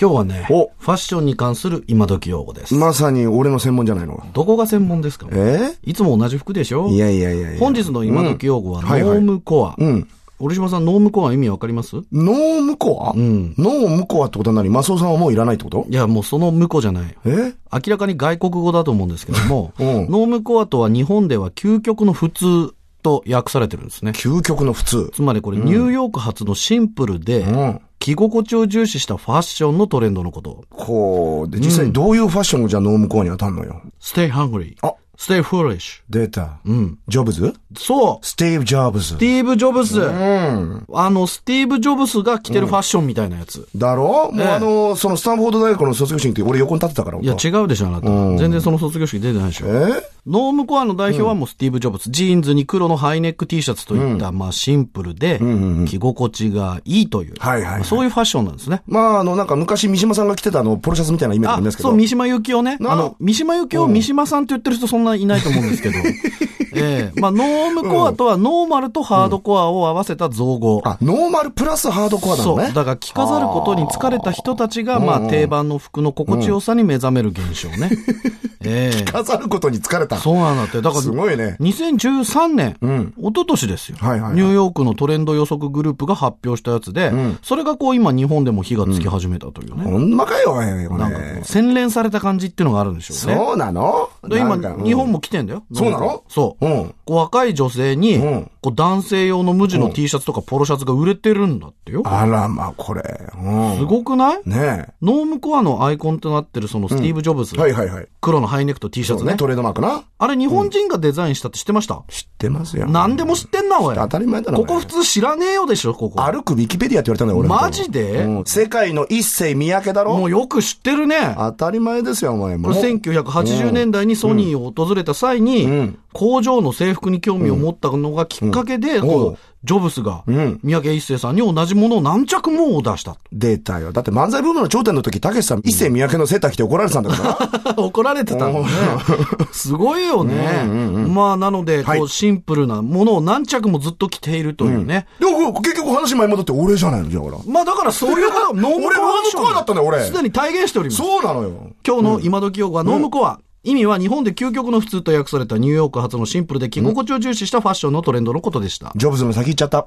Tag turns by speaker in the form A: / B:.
A: 今日はね、フ
B: お
A: ァッションに関する今時用語です。
B: まさに俺の専門じゃないの。
A: どこが専門ですか
B: え
A: いつも同じ服でしょ
B: いやいやいやいや
A: 本日の今時用語は、
B: うん
A: ノ
B: はいはい
A: ームコア。
B: うん。
A: 折島さん、ノームコア意味わかりますい
B: ノームコア
A: ん
B: ノームコアってことは何マスオさんはもういらないってこと
A: や、もうその向こうじゃないよ。
B: え
A: 明らかに外国語だと思うんですけど も、
B: うん
A: ノームコアとは日本では究極の普通と訳されてるんですね。
B: 究極の普通。
A: つまりこれ、ニューヨーク発のシンプルで、
B: うん。
A: 着心地を重視したファッションのトレンドのこと。
B: こう、で、実際どういうファッションがじゃあノームコアに当たるのよ。
A: stay hungry,
B: あ
A: stay foolish.
B: 出た。
A: うん。
B: ジョブズ
A: そう
B: スティーブ・ジョブズ
A: ス。ティーブ・ジョブズ、
B: うん。
A: あの、スティーブ・ジョブスが着てるファッションみたいなやつ。
B: だろもう
A: ええ
B: あの、そのスタンフォード大学の卒業式の時俺横に立ってたから、
A: いや、
B: 本
A: 違うでしょ、あなた。全然その卒業式出てないでし
B: 当
A: ょ。
B: え
A: ノームコアの代表はもうスティーブ・ジョブス。ジーンズに黒のハイネック T シャツといった、まあシンプルで、着心地がいいという、
B: はいはいはい
A: そういうファッションなんですね。
B: まあ、あの、なんか昔三島さんが着てたあの、ポロシャツみたいなイメージあ
A: あ
B: りますけど。
A: そう、三島由紀夫ね。
B: な
A: あの、三島由紀夫を三島さんって言ってる人そんないないと思うんです けど。ええまあ、ノームコアとはノーマルとハードコアを合わせた造語。
B: あ、ノーマルプラスハードコアな
A: そ
B: の
A: う。
B: ね。
A: だから着飾ることに疲れた人たちが、まあ、定番の服の心地よさに目覚める現象 ね。ええ
B: 飾ることに疲れた。
A: そうなんだって。だから、
B: すごいね。
A: 2013年、
B: ん
A: 一昨年ですよ、
B: はいはいはい
A: ニューヨークのトレンド予測グループが発表したやつで、それがこう今日本でも火がつき始めたというね。
B: ほんまかよ、おい、こ
A: なんかこ
B: れ
A: う。洗練された感じっていうのがあるんでしょうね。
B: そうなの
A: で、今、
B: なんかうん
A: 日本も来てんだよ。
B: そうなの
A: そう。
B: うん。
A: こう若い女性に、
B: うん
A: こう男性用の無地の T シャツとかポロシャツが売れてるんだってよ。
B: あら、まあ、これ。うん。
A: すごくない
B: ね
A: ノームコアのアイコンとなってるそのスティーブ・ジョブズ、
B: え。はいはいはい。
A: 黒のハイネックと T シャ
B: そ
A: ツ
B: う
A: ね
B: ね、トレードマークな。
A: あれ日本人がデザインしたって知ってました、
B: 知ってますよ。
A: 何でも知ってんな、おい。
B: 当たり前だな。
A: ここ
B: お
A: 普通知らねえよでしょ、ここ。
B: 前歩くウィキペディアって言われたんだよ、俺のこと。
A: マジで
B: うん世界の一世三宅だ
A: も
B: ろ
A: うよく知ってるね。
B: 当たり前ですよ、お前。も
A: こ
B: う
A: れ1980年代にソニーを訪れた際に、
B: ん
A: 工場の制服に興味を持ったのがきっかけで、こ
B: おう
A: うジョブスが
B: ん
A: 三宅一生さんに同じものを何着もオーダーしたと。
B: 出たよ。だって漫才ブームの頂点の時、たけしさん、一世三宅のセーター着て怒られてたんだ からな。
A: 怒られてた のね。すごいよね。まあ、なので、
B: はい
A: こう、シンプルなものを何着もずっと着ているというね。
B: でも、結局話前戻って俺じゃないの、じゃあほら。
A: まあ、だからそういうこ と、ノームコア
B: 俺ノームコアだったんだよ俺
A: すでに体現しております。
B: そうなのよ。
A: 今日の今時用語はノームコア。意味は日本で究極の普通と訳されたニューヨーク発のシンプルで着心地を重視したファッションのトレンドのことでした。
B: ジョブズも先行っちゃった。